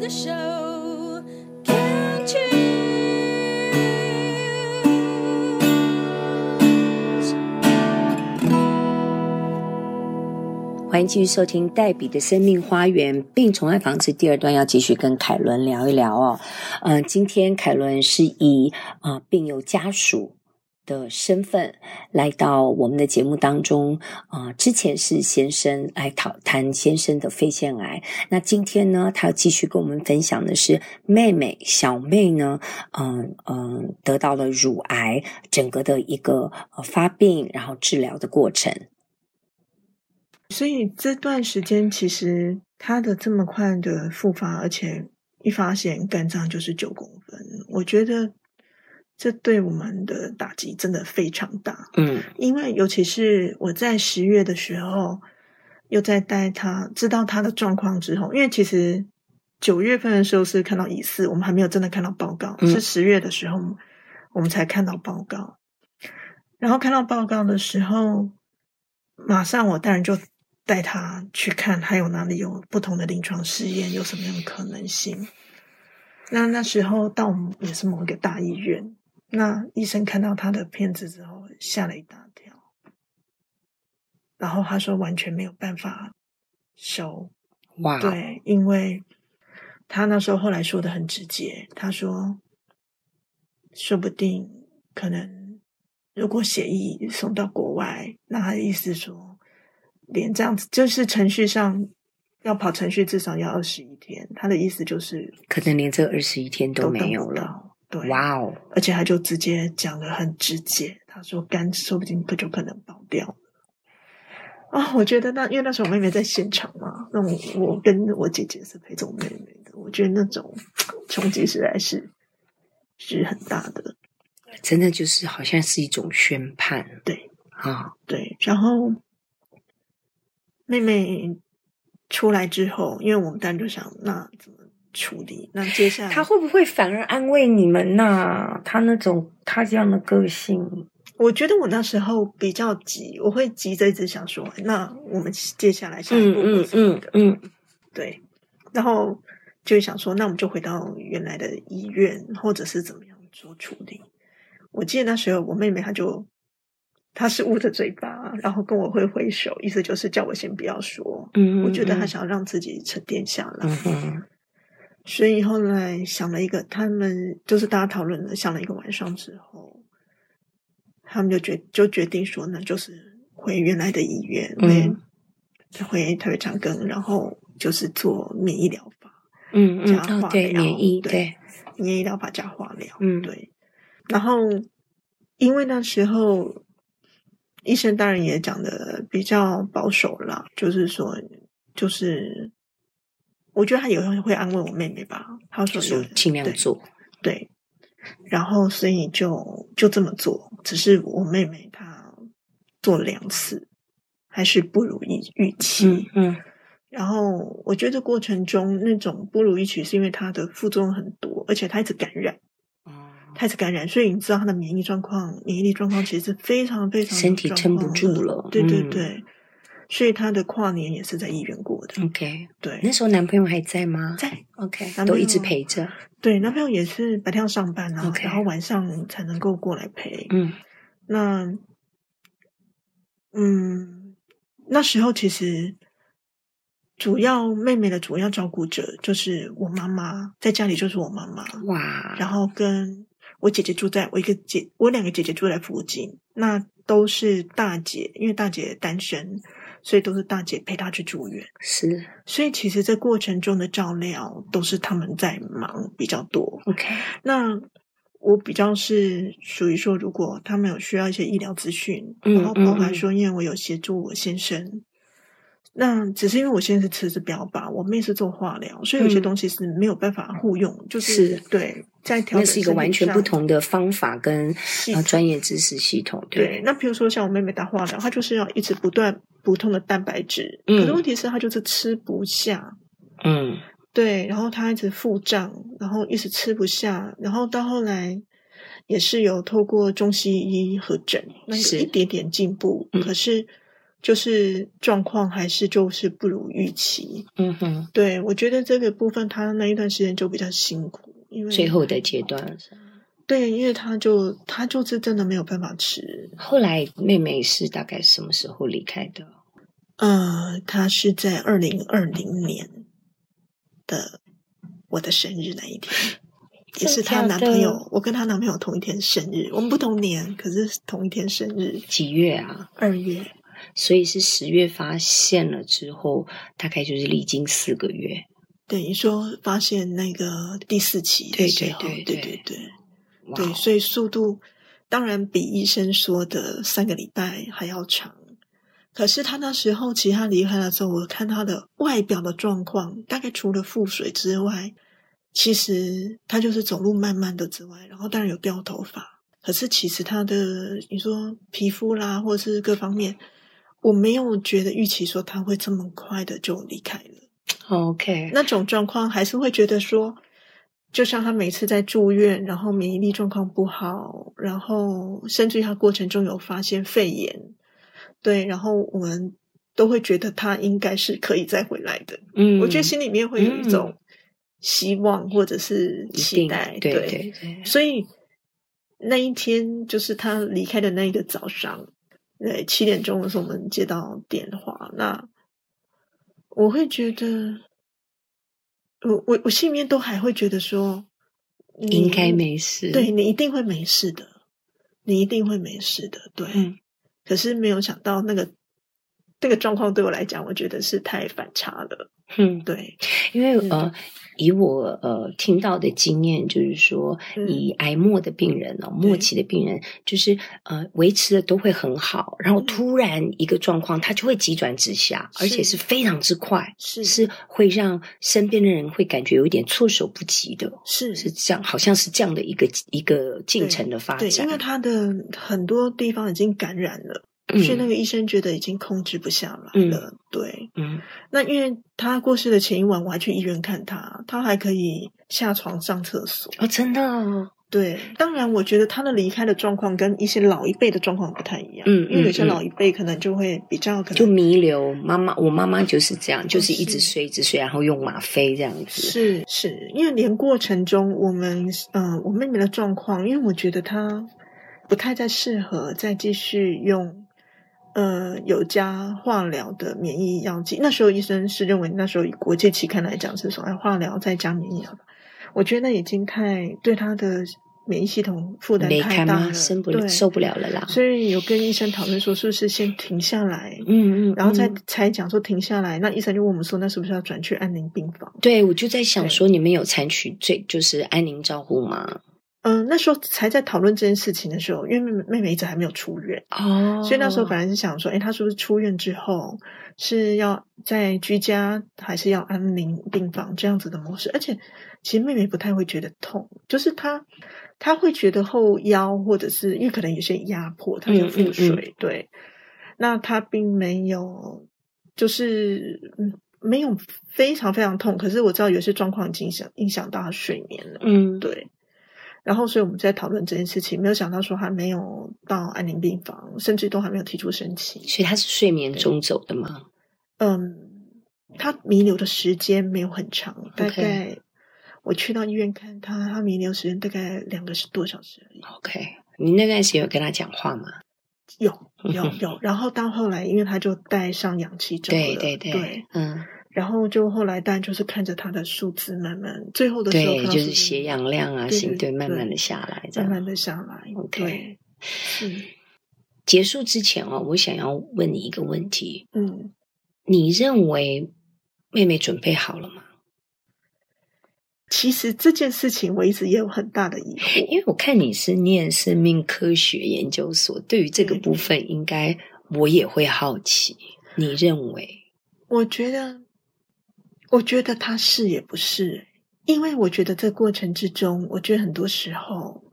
的手，Can't you？欢迎继续收听黛比的生命花园病虫害防治第二段，要继续跟凯伦聊一聊哦。嗯、今天凯伦是以啊、病友家属的身份来到我们的节目当中啊、之前是先生来讨谈先生的肺腺癌，那今天呢，他要继续跟我们分享的是妹妹小妹呢，嗯嗯，得到了乳癌整个的一个、呃、发病，然后治疗的过程。所以这段时间其实他的这么快的复发，而且一发现肝脏就是九公分，我觉得这对我们的打击真的非常大。嗯因为尤其是我在十月的时候，又在带他，知道他的状况之后，因为其实九月份的时候是看到疑似，我们还没有真的看到报告，嗯是十月的时候我们才看到报告。然后看到报告的时候，马上我当然就带他去看，还有哪里有不同的临床试验，有什么样的可能性。那那时候到我们也是某一个大医院，那医生看到他的片子之后吓了一大跳，然后他说完全没有办法收，哇，对，因为他那时候后来说的很直接，他说，说不定可能如果协议送到国外，那他的意思说，连这样子就是程序上要跑程序至少要二十一天，他的意思就是可能连这二十一天都都没等有不了。到，对，哇哦，而且他就直接讲的很直接，他说肝说不定可就可能爆掉了。啊、我觉得那因为那时候我妹妹在现场嘛，那我我跟我姐姐是陪着我妹妹的，我觉得那种冲击实在是是很大的。真的就是好像是一种宣判。对啊、对，然后妹妹出来之后，因为我们当然就想那怎么处理，那接下来他会不会反而安慰你们呐、他那种他这样的个性，我觉得我那时候比较急，我会急着一直想说，那我们接下来下一步会怎么的？嗯，对，然后就想说，那我们就回到原来的医院，或者是怎么样做处理。我记得那时候我妹妹她就，她是捂着嘴巴，然后跟我挥挥手，意思就是叫我先不要说。嗯我觉得她，想要让自己沉淀下来，嗯哼，所以后来想了一个，他们就是大家讨论了，想了一个晚上之后，他们就决就决定说，那就是回原来的医院，嗯回回台北长庚，然后就是做免疫疗法，嗯嗯，讲哦话，对，聊免疫，对对，免疫疗法加化疗，嗯对。然后因为那时候医生当然也讲的比较保守啦，就是说，就是我觉得他也会会安慰我妹妹吧，他就说是尽量对做，对，然后所以就就这么做，只是我妹妹她做了两次，还是不如意预期。嗯嗯然后我觉得过程中那种不如预期，是因为它的副作用很多，而且她一直感染，哦，她一直感染，所以你知道她的免疫状况、免疫力状况其实是非常非常身体状撑不况住的了对对嗯对，所以她的跨年也是在医院过的。 OK，那对，时候男朋友还在吗在？OK，男朋友都一直陪着，对男朋友也是白天要上班啊 OK 然后晚上才能够过来陪。嗯那，嗯，那时候其实主要妹妹的主要照顾者就是我妈妈，在家里就是我妈妈，哇，然后跟我姐姐住在我一个姐，我两个姐姐住在附近，那都是大姐，因为大姐单身，所以都是大姐陪她去住院，是所以其实这过程中的照料都是他们在忙比较多， OK，那我比较是属于说，如果他们有需要一些医疗资讯，嗯然后包嗯嗯含说，因为我有协助我先生，那只是因为我先生是吃治标靶，我妹是做化疗，所以有些嗯东西是没有办法互用，就是对，在调那整是一个身体完全上不同的方法跟系呃统专业知识系统，对，那比如说像我妹妹打化疗，她就是要一直不断补充的蛋白质，嗯可是问题是她就是吃不下，嗯对，然后他一直腹胀，然后一直吃不下，然后到后来也是有透过中西医合诊，那是有一点点进步，嗯可是就是状况还是就是不如预期。嗯哼，对我觉得这个部分，他那一段时间就比较辛苦，因为最后的阶段。对，因为他就他就是真的没有办法吃。后来妹妹是大概什么时候离开的？呃，他是在二零二零年的我的生日那一天，也是她男朋友，我跟她男朋友同一天生日，我们不同年，可是同一天生日，几月啊？二月。所以是十月发现了之后，大概就是历经四个月。等于说发现那个第四期的时候，对对对对对对对哇哦对，所以速度当然比医生说的三个礼拜还要长。可是他那时候，其实他离开了之后，我看他的外表的状况，大概除了腹水之外，其实他就是走路慢慢的之外，然后当然有掉头发。可是其实他的你说皮肤啦，或是各方面，我没有觉得预期说他会这么快的就离开了。哦 OK，那种状况，还是会觉得说，就像他每次在住院，然后免疫力状况不好，然后甚至于他过程中有发现肺炎，对，然后我们都会觉得他应该是可以再回来的。嗯，我觉得心里面会有一种希望或者是一期定待，对对对，所以那一天就是他离开的那一个早上，对，七点钟的时候我们接到电话，那我会觉得，我我我心里面都还会觉得说，你应该，没事。对你一定会没事的，你一定会没事的，对。嗯可是没有想到那个那个状况对我来讲，我觉得是太反差了，嗯，对，因为嗯呃，以我呃听到的经验，就是说，嗯以癌末的病人哦，末期的病人，就是呃维持的都会很好，然后嗯突然一个状况，它就会急转直下，而且是是非常之快，是是会让身边的人会感觉有一点措手不及的，是是这样，好像是这样的一个一个进程的发对，因展为。他的很多地方已经感染了。所以那嗯个医生觉得已经控制不下来了。对，嗯那因为他过世的前一晚，我还去医院看他，他还可以下床上厕所。哦，真的哦，对，当然我觉得他的离开的状况跟一些老一辈的状况不太一样，嗯因为有些嗯嗯老一辈可能就会比较可就能弥留。妈妈，我妈妈就是这样，就是一直嗯是睡，一直睡，然后用吗啡这样子。是是，因为连过程中我们嗯、呃我妹妹的状况，因为我觉得她不太再适合再继续用。呃，有加化疗的免疫药剂，那时候医生是认为，那时候以国际期刊来讲是说，哎，化疗再加免疫药，我觉得那已经太对她的免疫系统负担没太开大吗？了，生不对，受不了了啦。所以有跟医生讨论说，是不是先停下来，嗯嗯，然后再嗯才讲说停下来，那医生就问我们说，那是不是要转去安宁病房？对我就在想对说，你们有采取最就是安宁照护吗？嗯，那时候才在讨论这件事情的时候，因为妹妹妹妹一直还没有出院，哦所以那时候本来是想说，诶，她是不是出院之后是要在居家，还是要安宁病房这样子的模式？而且其实妹妹不太会觉得痛，就是她她会觉得后腰或者是因为可能有些压迫，她有嗯嗯腹水，对，那她并没有就是嗯没有非常非常痛，可是我知道有些状况已经影响影响到她睡眠了。嗯，对。然后，所以我们在讨论这件事情，没有想到说还没有到安宁病房，甚至都还没有提出申请。所以他是睡眠中走的吗？嗯，他弥留的时间没有很长，大概我去到医院看他，他弥留时间大概两个多小时而已。 OK，你那段时间有跟他讲话吗？ 有有有。然后到后来，因为他就戴上氧气罩了，对对对嗯，然后就后来，当然就是看着他的数字慢慢，最后的时候对，看到就数是字血氧量啊，对心对对，慢慢对的下来，这慢慢样。的下来。 OK 对，是结束之前哦，我想要问你一个问题：嗯。你认为妹妹准备好了吗？其实这件事情我一直也有很大的疑惑，因为我看你是念生命科学研究所，对于这个对部分，应该我也会好奇。你认为？我觉得，我觉得他是也不是，因为我觉得这过程之中，我觉得很多时候，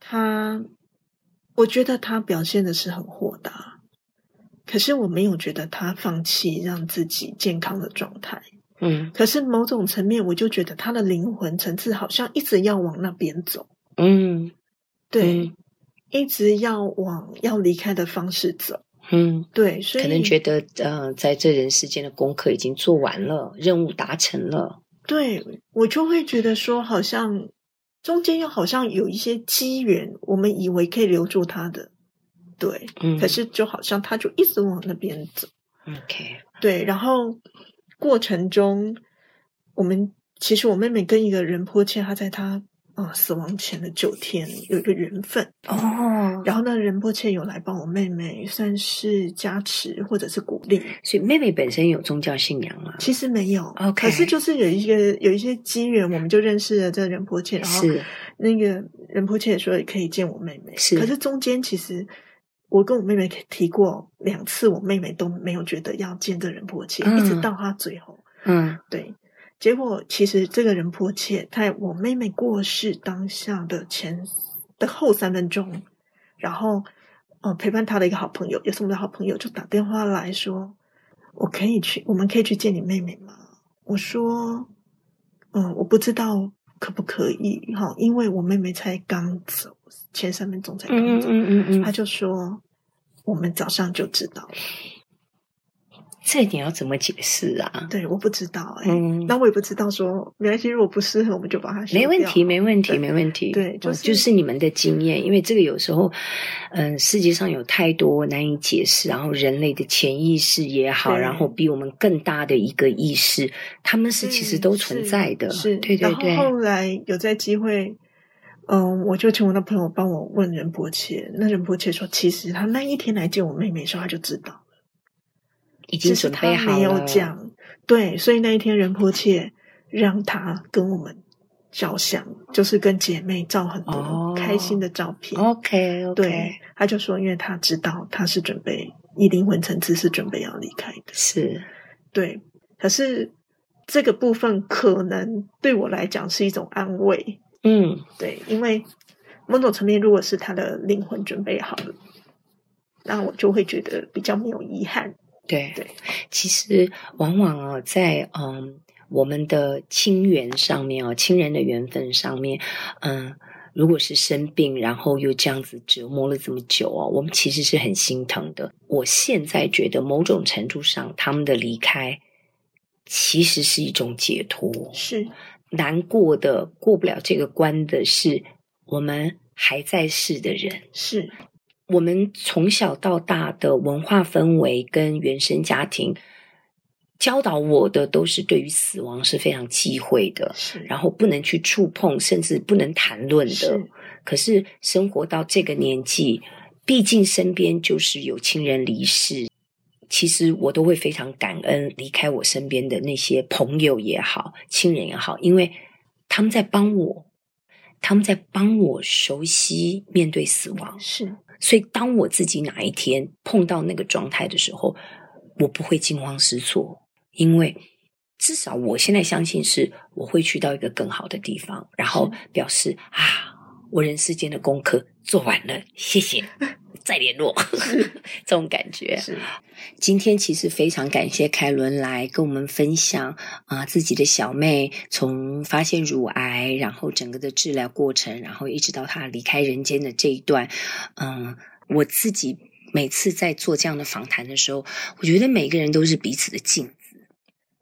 他，我觉得他表现的是很豁达，可是我没有觉得他放弃让自己健康的状态，嗯可是某种层面，我就觉得他的灵魂层次好像一直要往那边走，嗯，对，嗯一直要往要离开的方式走。嗯，对，所以可能觉得呃，在这人世间的功课已经做完了，任务达成了。对我就会觉得说，好像中间又好像有一些机缘，我们以为可以留住他的，对，嗯，可是就好像他就一直往那边走， OK，对，然后过程中，我们其实我妹妹跟一个人迫切，她在她啊、呃死亡前的九天有一个缘分，哦，然后呢，仁波切有来帮我妹妹，算是加持或者是鼓励。所以妹妹本身有宗教信仰嘛？其实没有 OK 可是就是有一个有一些机缘，我们就认识了这个仁波切，哦然后是，那个仁波切也说也可以见我妹妹，是可是中间其实我跟我妹妹提过两次，我妹妹都没有觉得要见这仁波切，嗯一直到她最后，嗯对，结果其实这个仁波切在我妹妹过世当下的前的后三分钟，然后呃陪伴她的一个好朋友，也是我们的好朋友，就打电话来说，我可以去，我们可以去见你妹妹吗？我说，嗯，我不知道可不可以，哈，因为我妹妹才刚走，前三分钟才刚嗯走，嗯嗯他嗯，就说我们早上就知道了，这一点要怎么解释啊？对，我不知道、哎、嗯那我也不知道说，没关系，如果不适合，我们就把它没问题，没没问题，对没问题。对哦就是就是你们的经验，因为这个有时候，嗯、世界上有太多难以解释，然后人类的潜意识也好，对然后比我们更大的一个意识，他们是其实都存在的。嗯是，对对对然，后后来有在机会，嗯，我就请我的朋友帮我问任伯切，那任伯切说，其实他那一天来见我妹妹的时候，他就知道了，已只经是准他备好了。没有讲，对，所以那一天任伯切让他跟我们照相，就是跟姐妹照很哦多开心的照片。 OK OK，对，他就说，因为他知道他是准备以灵魂层次是准备要离开的。是对，可是这个部分可能对我来讲是一种安慰，嗯，对，因为某种层面，如果是他的灵魂准备好了，那我就会觉得比较没有遗憾。对对，其实往往哦，在嗯我们的亲缘上面哦，亲人的缘分上面，嗯。如果是生病，然后又这样子折磨了这么久哦，我们其实是很心疼的。我现在觉得，某种程度上，他们的离开其实是一种解脱。是，难过的、过不了这个关的是我们还在世的人。是，我们从小到大的文化氛围跟原生家庭教导我的，都是对于死亡是非常忌讳的，是，然后不能去触碰，甚至不能谈论的是。可是生活到这个年纪，毕竟身边就是有亲人离世，其实我都会非常感恩离开我身边的那些朋友也好，亲人也好，因为他们在帮我，他们在帮我熟悉面对死亡。是，所以，当我自己哪一天碰到那个状态的时候，我不会惊慌失措，因为至少我现在相信是我会去到一个更好的地方，然后表示啊，我人世间的功课做完了，谢谢，再联络， 这种感觉。是，今天其实非常感谢凯伦来跟我们分享啊、自己的小妹从发现乳癌，然后整个的治疗过程，然后一直到她离开人间的这一段，嗯、我自己每次在做这样的访谈的时候，我觉得每个人都是彼此的镜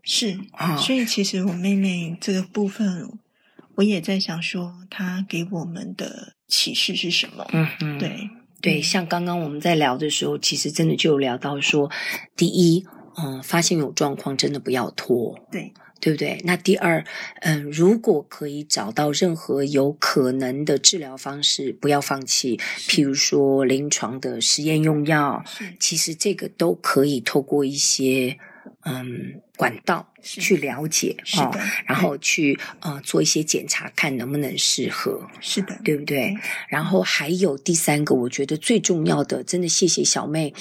是。嗯啊，所以其实我妹妹这个部分，我也在想说，她给我们的启示是什么？嗯嗯，对，对，嗯像刚刚我们在聊的时候，其实真的就有聊到说，第一，嗯、发现有状况真的不要拖，对，对不对？那第二，嗯，如果可以找到任何有可能的治疗方式，不要放弃，譬如说临床的实验用药，是其实这个都可以透过一些嗯管道是去了解是哦的，，然后去呃做一些检查，看能不能适合，是的，对不对？对然后还有第三个，我觉得最重要的，真的谢谢小妹，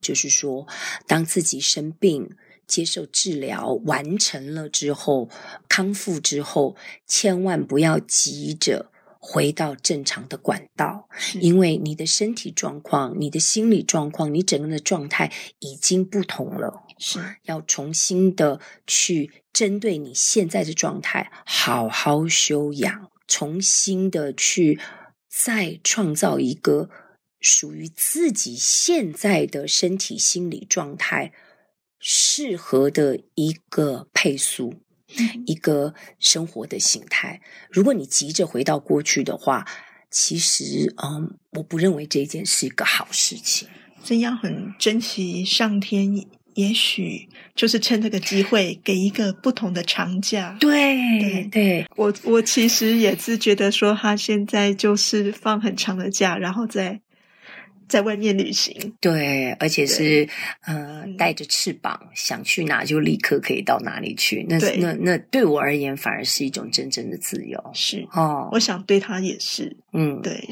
就是说，当自己生病、接受治疗、完成了之后、康复之后，千万不要急着回到正常的管道，是因为你的身体状况、你的心理状况、你整个的状态已经不同了。是要重新的去针对你现在的状态，好好休养，重新的去再创造一个属于自己现在的身体心理状态适合的一个配速。一个生活的形态。如果你急着回到过去的话，其实，嗯，我不认为这件是一个好事情。真要很珍惜上天，也许就是趁这个机会给一个不同的长假。对对，我我其实也是觉得说，他现在就是放很长的假，然后再在外面旅行。对，而且是呃，带着翅膀，想去哪就立刻可以到哪里去。那对那那对我而言，反而是一种真正的自由。是，哦，我想对他也是。嗯，对，